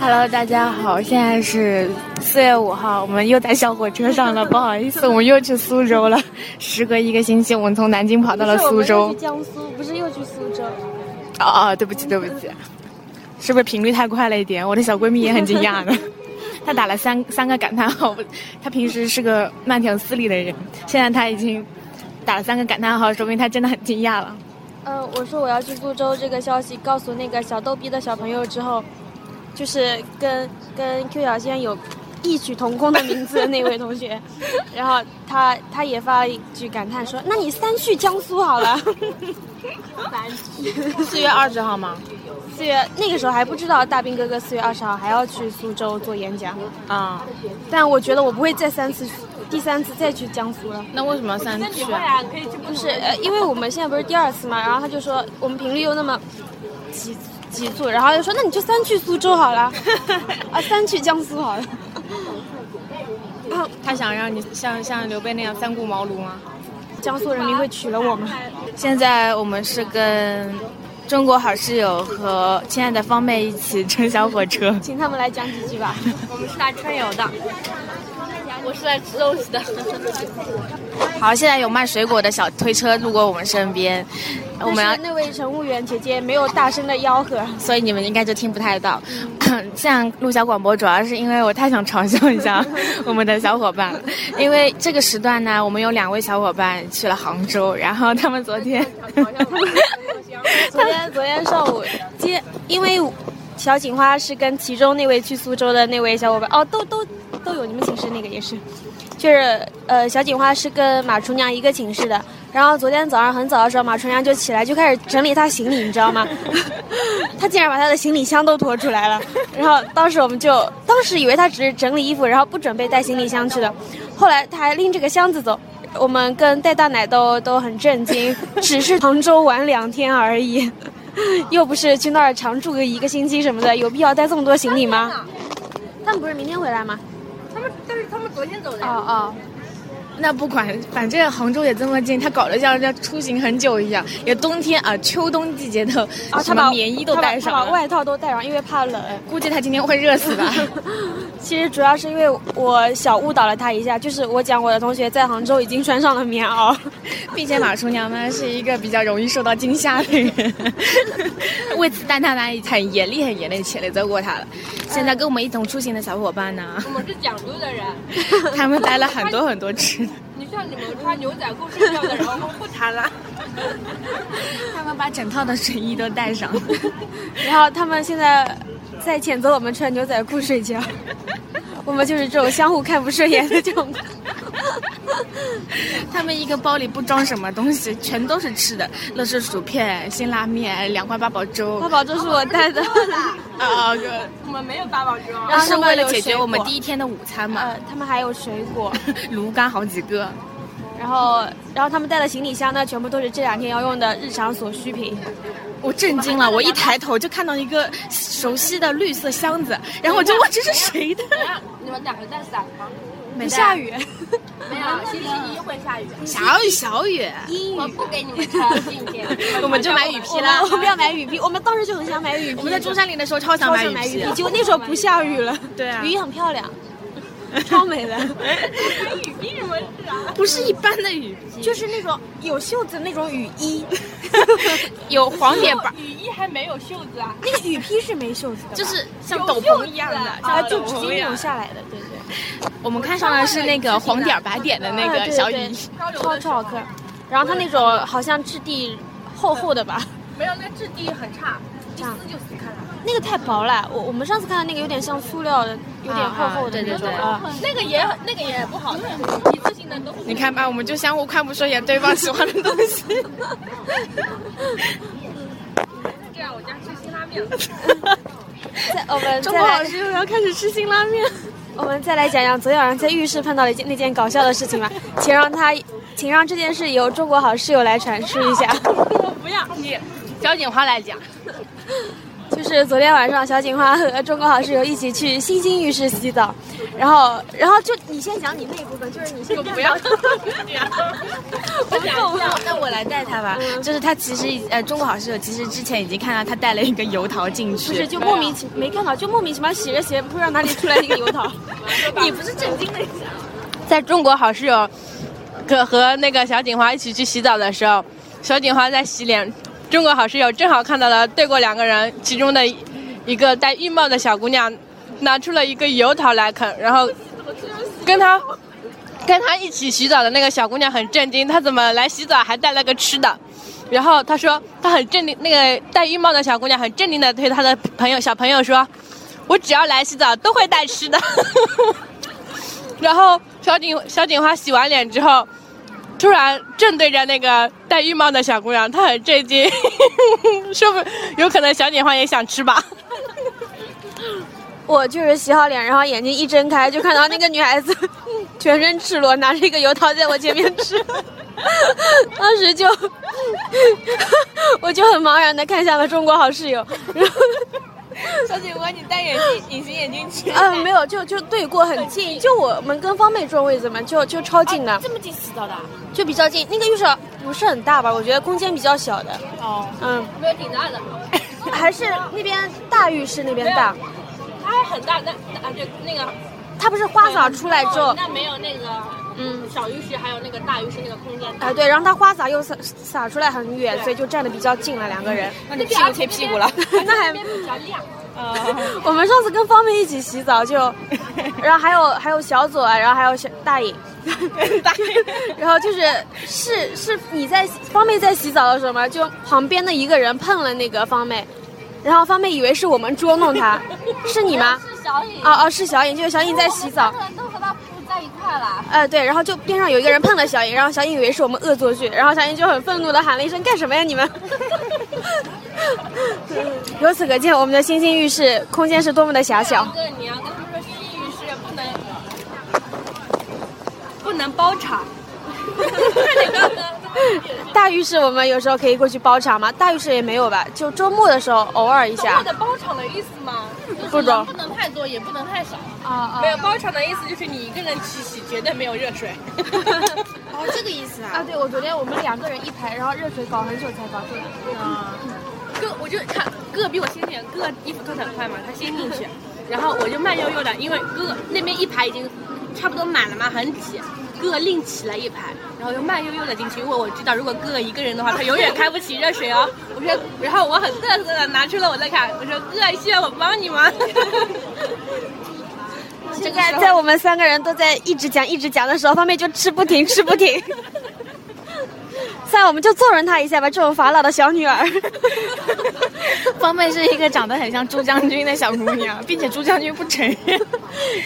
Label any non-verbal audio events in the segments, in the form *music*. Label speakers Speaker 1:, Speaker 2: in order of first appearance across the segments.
Speaker 1: Hello，大家好，现在是四月五号，我们又在小火车上了， *laughs* 不好意思，我们又去苏州了。时隔一个星期，我们从南京跑到了苏州
Speaker 2: 不是我们又去。江苏，不是又去苏州。
Speaker 1: 哦哦，对不起，对不起，是不是频率太快了一点？我的小闺蜜也很惊讶 *laughs* 呢，她打了三三个感叹号。我她平时是个慢条斯理的人，现在她已经打了三个感叹号，说明她真的很惊讶了。
Speaker 2: 嗯、我说我要去苏州这个消息告诉那个小逗逼的小朋友之后，就是跟跟 Q 小仙有异曲同工的名字的那位同
Speaker 1: *laughs*
Speaker 2: 学，然后他他也发了一句感叹说：“那你三去江苏好
Speaker 1: *laughs*
Speaker 2: 了。
Speaker 1: *laughs* 四月二十号吗？”
Speaker 2: 四月那个时候还不知道大兵哥哥四月二十号还要去苏州做演讲，
Speaker 1: 啊、
Speaker 2: 但我觉得我不会再三次去第三次再去江苏了。
Speaker 1: 那为什么要三去啊？
Speaker 2: 不是，呃，因为我们现在不是第二次嘛，然后他就说我们频率又那么急急促，然后就说那你就三去苏州好 *laughs* 了，啊，三去江苏好了。
Speaker 1: 他想让你像像刘备那样三顾茅庐吗？
Speaker 2: 江苏人民会娶了我吗？
Speaker 1: 现在我们是跟中国好室友和亲爱的方妹一起乘小火车。
Speaker 2: 请他们来讲几句吧。
Speaker 3: 我们是来春游的，我是来吃东西的。
Speaker 1: *laughs* 好，现在有卖水果的小推车路过我们身边，我们要
Speaker 2: 但是那位乘务员姐姐没有大声的吆喝，
Speaker 1: 所以你们应该就听不太到。 *coughs* 这样录小广播主要是因为我太想嘲笑一 *laughs* 下我们的小伙伴了，因为这个时段呢，我们有两位小伙伴去了杭州，然后 *laughs* 他们昨天，
Speaker 2: *laughs* 昨天昨天上午，接因为小锦花是跟其中那位去苏州的那位小伙伴，哦，都都都有你们寝室那个也是，就是呃，小锦花是跟马厨娘一个寝室的。然后昨天早上很早的时候，马厨娘就起来就开始整理她行李，你知道吗？ *laughs* 她竟然把她的行李箱都拖出来了。然后当时我们就当时以为她只是整理衣服，然后不准备带行李箱去的。后来她还拎着个箱子走，我们跟戴大奶都都很震惊，只是杭州玩两天而已。 *laughs* 又不是去那儿常住个一个星期什么的，有必要带这么多行李吗？他们不是明天回来吗？
Speaker 3: 他们，但是他们昨天走的
Speaker 2: 哦。哦，
Speaker 1: 那不管，反正杭州也这么近，他搞得像人家出行很久一样，也冬天啊，秋冬季节的
Speaker 2: *laughs* 啊，
Speaker 1: 什
Speaker 2: 他
Speaker 1: 么
Speaker 2: 把
Speaker 1: 棉衣都带
Speaker 2: 他把
Speaker 1: 上
Speaker 2: 他把
Speaker 1: 了，
Speaker 2: 外套都带上，因为怕冷。 *laughs*
Speaker 1: 估计他今天会热死
Speaker 3: *laughs*
Speaker 1: 吧。
Speaker 2: 其实主要是因为我小误导了他一下，就是我讲我的同学在杭州已经穿上了棉袄， *laughs*
Speaker 1: 并且马厨娘呢是一个比较容易受到惊吓的
Speaker 3: *laughs*
Speaker 1: 人，为此蛋蛋呢很严厉、很严厉地谴责过他了。现在跟我们一同出行的小伙伴呢，
Speaker 3: 哎我们是讲究的人，
Speaker 1: *laughs* 他们带了很多很多吃的，
Speaker 3: *laughs* 你像你们穿牛仔裤睡觉的人，我们不谈了。
Speaker 1: *laughs* 他们把整套的睡衣都带
Speaker 3: *laughs*
Speaker 1: 上。
Speaker 2: 然后他们现在在谴责我们穿牛仔裤睡觉， *laughs* 我们就是这种相互看不顺眼的这种。
Speaker 1: 他们一个包里不装什么东西，全都是吃的，乐事薯片、辛拉面、两块八宝粥
Speaker 2: 他，保证是我带的，
Speaker 1: 啊，
Speaker 3: 我们没有八宝粥，
Speaker 2: 然后
Speaker 1: 是
Speaker 2: 他
Speaker 1: 为
Speaker 2: 们
Speaker 1: 了
Speaker 2: 有
Speaker 1: 解决
Speaker 2: 水
Speaker 1: 我们
Speaker 2: 果
Speaker 1: 第一天的午餐嘛，
Speaker 2: 呃，他们还有水果。
Speaker 1: *laughs* 炉甘好几个。
Speaker 2: 然后，然后他们带的行李箱呢，全部都是这两天要用的日常所需品。
Speaker 1: 我震惊了，我一抬头就看到一个熟悉的绿色箱子，然后我就问这是谁的？
Speaker 3: 你们两个带伞吗？
Speaker 1: 没
Speaker 2: 下雨，
Speaker 3: 没有，星期一会下雨。
Speaker 1: 小雨小雨，
Speaker 3: 我不给你们穿，今天
Speaker 1: 我们就买雨披
Speaker 2: 我
Speaker 1: 啦
Speaker 2: 们。我们要买雨披，我们当时就很想买雨披。
Speaker 1: 我们在中山陵的时候超想
Speaker 2: 超
Speaker 1: 买
Speaker 2: 市
Speaker 1: 雨
Speaker 2: 买雨
Speaker 1: 披啊
Speaker 2: 披，，结果那时候不下雨了。
Speaker 1: 对啊
Speaker 2: 雨衣很漂亮，超美
Speaker 1: *laughs*
Speaker 2: 的，
Speaker 3: 雨披什么事啊？
Speaker 1: 不是一般的雨披， *laughs*
Speaker 2: 就是那种有袖子那种雨衣。
Speaker 1: 有黄点白，
Speaker 3: 雨衣还没有袖子啊。
Speaker 2: 那个雨披是没袖子的吧，
Speaker 1: 就是像斗篷一样的
Speaker 3: 有袖，子
Speaker 2: 啊，
Speaker 1: 像
Speaker 2: 就
Speaker 1: 斗
Speaker 2: 直
Speaker 1: 篷一
Speaker 2: 接
Speaker 1: 样
Speaker 2: 扭。下来的，对对，
Speaker 1: 我们看上的是那个黄点白点的那
Speaker 2: 啊
Speaker 1: 个
Speaker 2: 对
Speaker 1: 小雨
Speaker 2: 对
Speaker 1: 衣，
Speaker 2: 超超好看。然后它那种好像质地厚厚的吧。
Speaker 3: 没有，那质地很差，一撕就撕开了。
Speaker 2: 那个太薄了，我我们上次看的那个有点像塑料的，有点厚厚的
Speaker 1: 啊啊对
Speaker 2: 那
Speaker 1: 对
Speaker 2: 种
Speaker 1: 对
Speaker 2: 啊。
Speaker 3: 那个也那个也不好看，一次性的都不
Speaker 1: 你看吧，我们就相互看不顺眼对方喜欢的东西。
Speaker 3: 这样，我家吃辛拉面。
Speaker 2: 再我们再
Speaker 1: 中国老
Speaker 2: 来，
Speaker 1: 师又要开始吃辛拉面，
Speaker 2: 我们再来讲讲昨天晚上在浴室碰到的一件那件搞笑的事情吧，请让他，请让这件事由中国好室友来阐述一下。
Speaker 3: 我不要，
Speaker 1: 小锦花来讲，
Speaker 2: 就是昨天晚上，小锦花和中国好室友一起去星星浴室洗澡，然后，然后就你先讲你那一部分，就是你先不要，*laughs*
Speaker 3: 我讲一下，那我来带他吧。
Speaker 1: 嗯
Speaker 3: 就是他其实已呃，中国好室友其实之前已经看到他带了一个油桃进去，啊
Speaker 2: 不是就莫名其没看到，就莫名其妙洗着洗着，不知道哪里出来一个油桃，
Speaker 3: 你不是震惊的一下。
Speaker 1: 在中国好室友可和那个小锦花一起去洗澡的时候，小锦花在洗脸，中国好室友正好看到了对过两个人，其中的一个戴浴帽的小姑娘拿出了一个油桃来啃，然后跟她跟她一起洗澡的那个小姑娘很震惊，她怎么来洗澡还带了个吃的？然后她说，她很镇定，那个戴浴帽的小姑娘很镇定的对她的朋友小朋友说：“我只要来洗澡都会带吃的。” *laughs* 然后小锦小锦花洗完脸之后，突然正对着那个戴浴帽的小姑娘，她很震惊， *laughs* 说不有可能小锦花也想吃吧？
Speaker 2: 我就是洗好脸，然后眼睛一睁开，就看到那个女孩子全身赤裸，拿着一个油桃在我前面吃， *laughs* 当时就 *laughs* 我就很茫然的看向了中国好室友， *laughs* 然后。
Speaker 3: *laughs* 小警官，你戴眼镜，隐形眼镜去。
Speaker 2: *laughs* 嗯，没有，就就对过很近，就我们跟方妹坐位置嘛，就就超近的，
Speaker 3: 这么近洗澡的啊？
Speaker 2: 就比较近。那个浴室不是很大吧？我觉得空间比较小的，
Speaker 3: 哦，
Speaker 2: 嗯，
Speaker 3: 没有挺大的，
Speaker 2: 还是那边大浴室那边大。
Speaker 3: 它还很大。那那啊，对，那个
Speaker 2: 它不是花洒出来之后，
Speaker 3: 那没有那个
Speaker 2: 嗯，
Speaker 3: 小浴室，还有那个大浴室那个空间
Speaker 2: 啊对，然后它花洒又洒洒出来很远，所以就站得比较近了两个人。
Speaker 4: 那你屁股贴屁股了。
Speaker 3: *laughs*
Speaker 2: 那还
Speaker 3: 边比较亮。 *laughs*
Speaker 2: *laughs* 我们上次跟方妹一起洗澡就，然后还有还有小左啊，然后还有小大颖，
Speaker 4: 大颖
Speaker 2: *laughs* 然后就是是是你在方妹在洗澡的时候嘛，就旁边的一个人碰了那个方妹，然后方妹以为是我们捉弄她，是你吗？
Speaker 3: 是 *laughs* 小颖
Speaker 2: 哦哦，是小颖，就是小颖在洗澡
Speaker 3: 我，们三个人都和他不在一块了。
Speaker 2: 呃对，然后就边上有一个人碰了小颖，然后小颖以为是我们恶作剧，然后小颖就很愤怒的喊了一声干什么呀你们？ *laughs* 由此可见，我们的星星浴室空间是多么的狭小。
Speaker 3: 哥，你要跟他们说，新浴室不能不能包
Speaker 2: *laughs*
Speaker 3: 场。
Speaker 2: 大浴室我们有时候可以过去包场吗？大浴室也没有吧，就周末的时候偶尔一下
Speaker 3: 所谓。的包场的意思吗？就是
Speaker 2: 不懂
Speaker 3: 人不能太多，也不能太少。
Speaker 2: 啊啊
Speaker 1: 没有包场的意思就是你一个人去洗，绝对没有热水。
Speaker 3: 哦，这个意思啊。
Speaker 2: 啊！对，我昨天我们两个人一排，然后热水搞很久才搞出来。
Speaker 1: 哥，我就看哥比我先进，哥衣服脱得很快嘛，他先进去，然后我就慢悠悠的，因为哥那边一排已经差不多满了嘛，很挤，哥另起了一排，然后又慢悠悠的进去，因为我知道如果哥一个人的话，他永远开不起热水哦。我说，然后我很嘚瑟的拿出了我的卡，我说哥，需要我帮你吗？ *laughs*
Speaker 2: 现在在我们三个人都在一直讲一直讲的时候，方妹就吃不 *laughs* 停吃不停。算了，我们就纵容她一下吧，这种法老的小 *laughs* 女儿。
Speaker 4: 方妹是一个长得很像朱将军的小姑娘，并且朱将军不承认。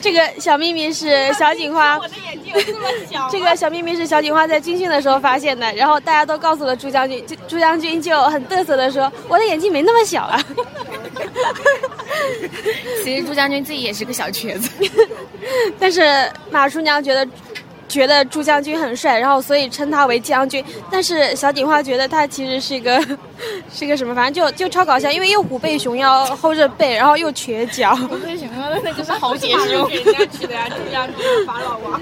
Speaker 2: 这个小秘密是小锦花。，
Speaker 3: 我的眼睛有这么小
Speaker 2: 这个小秘密是小警花在军训的时候发现的，然后大家都告诉了朱将军，就朱将军就很嘚瑟的说：“我的眼睛没那么小啊。
Speaker 4: 其实朱将军自己也是个小瘸子。”
Speaker 2: *laughs* 但是马厨娘觉得觉得朱将军很帅，然后所以称他为将军。但是小警花觉得他其实是一个 *laughs* 是一个什么，反正就就超搞笑，因为又虎背熊腰 hold 着背，然后又瘸 *laughs* 脚。
Speaker 4: 为什么那就是豪杰
Speaker 3: 马上给人家取的呀，这样子法老王。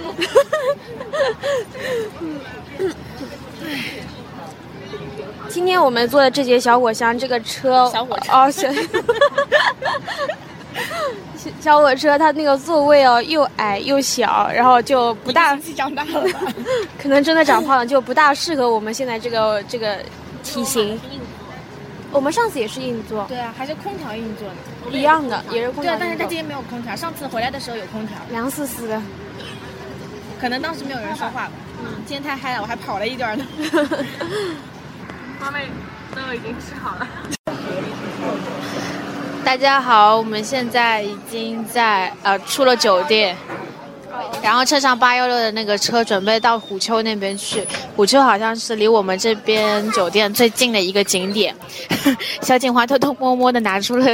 Speaker 2: 今天我们坐的这节小火箱，这个车
Speaker 4: 小火车
Speaker 2: 哦，小 *laughs* 小小火车，它那个座位哦又矮又小，然后就 *laughs* 不
Speaker 4: *laughs*
Speaker 2: 大，
Speaker 4: 长大了吧？
Speaker 2: 可能真的长胖了，就不大适合我们现在这个这个体型。我们上次也是硬座，
Speaker 4: 对啊，还是空调硬座呢。
Speaker 2: 一样的，也是空
Speaker 4: 对啊
Speaker 2: 调硬座。，
Speaker 4: 但是他今天没有空调，上次回来的时候有空调，
Speaker 2: 凉丝丝的。
Speaker 4: 可能当时没有人说话吧。嗯，今天太嗨了，我还跑了一段呢。
Speaker 1: *laughs* 大家好，我们现在已经在呃出了酒店，然后乘上八幺六的那个车，准备到虎丘那边去。虎丘好像是离我们这边酒店最近的一个景点。 *laughs* 小锦花偷偷摸摸的拿出了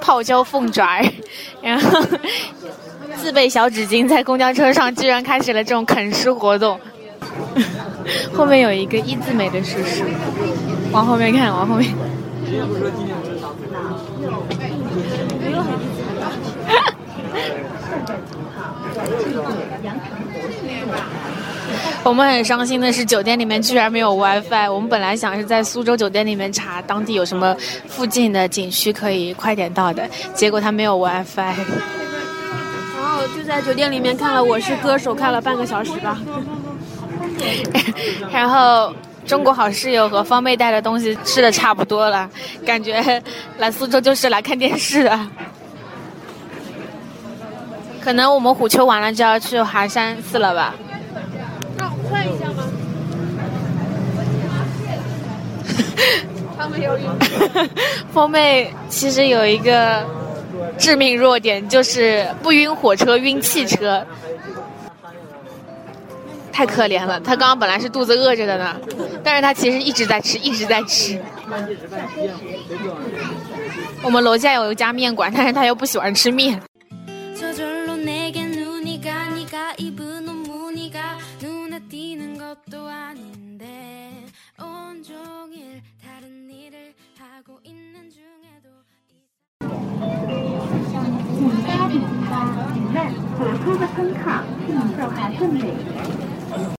Speaker 1: 泡椒凤爪儿，然后自备小纸巾，在公交车上居然开始了这种啃食活动。 *laughs*
Speaker 4: 后面有一个一字眉的叔叔，往后面看，往后面。
Speaker 1: *laughs* 我们很伤心的是，酒店里面居然没有 WiFi。我们本来想是在苏州酒店里面查当地有什么附近的景区可以快点到的，结果它没有 WiFi。
Speaker 2: 然后就在酒店里面看了《我是歌手》，看了半个小时吧。 *laughs*
Speaker 1: 然后中国好室友和方妹带的东西吃的差不多了，感觉来苏州就是来看电视的。可能我们虎丘完了就要去华山寺了吧？
Speaker 2: 那我换一下吗？ *laughs* 他没有运动。
Speaker 1: *laughs* 方妹其实有一个致命弱点，就是不晕火车，晕汽车。太可怜了，她刚刚本来是肚子饿着的呢，但是她其实一直在吃，一直在吃。我们楼下有一家面馆，但是她又不喜欢吃面。
Speaker 5: 저절로 내겐 눈이 가 네가 입은 옷 무늬 가 눈에 띄는 것도 아닌데 온종일 다른 일을 하고 있는 중에도
Speaker 6: 八点八，请问火车的分卡，请走向正轨。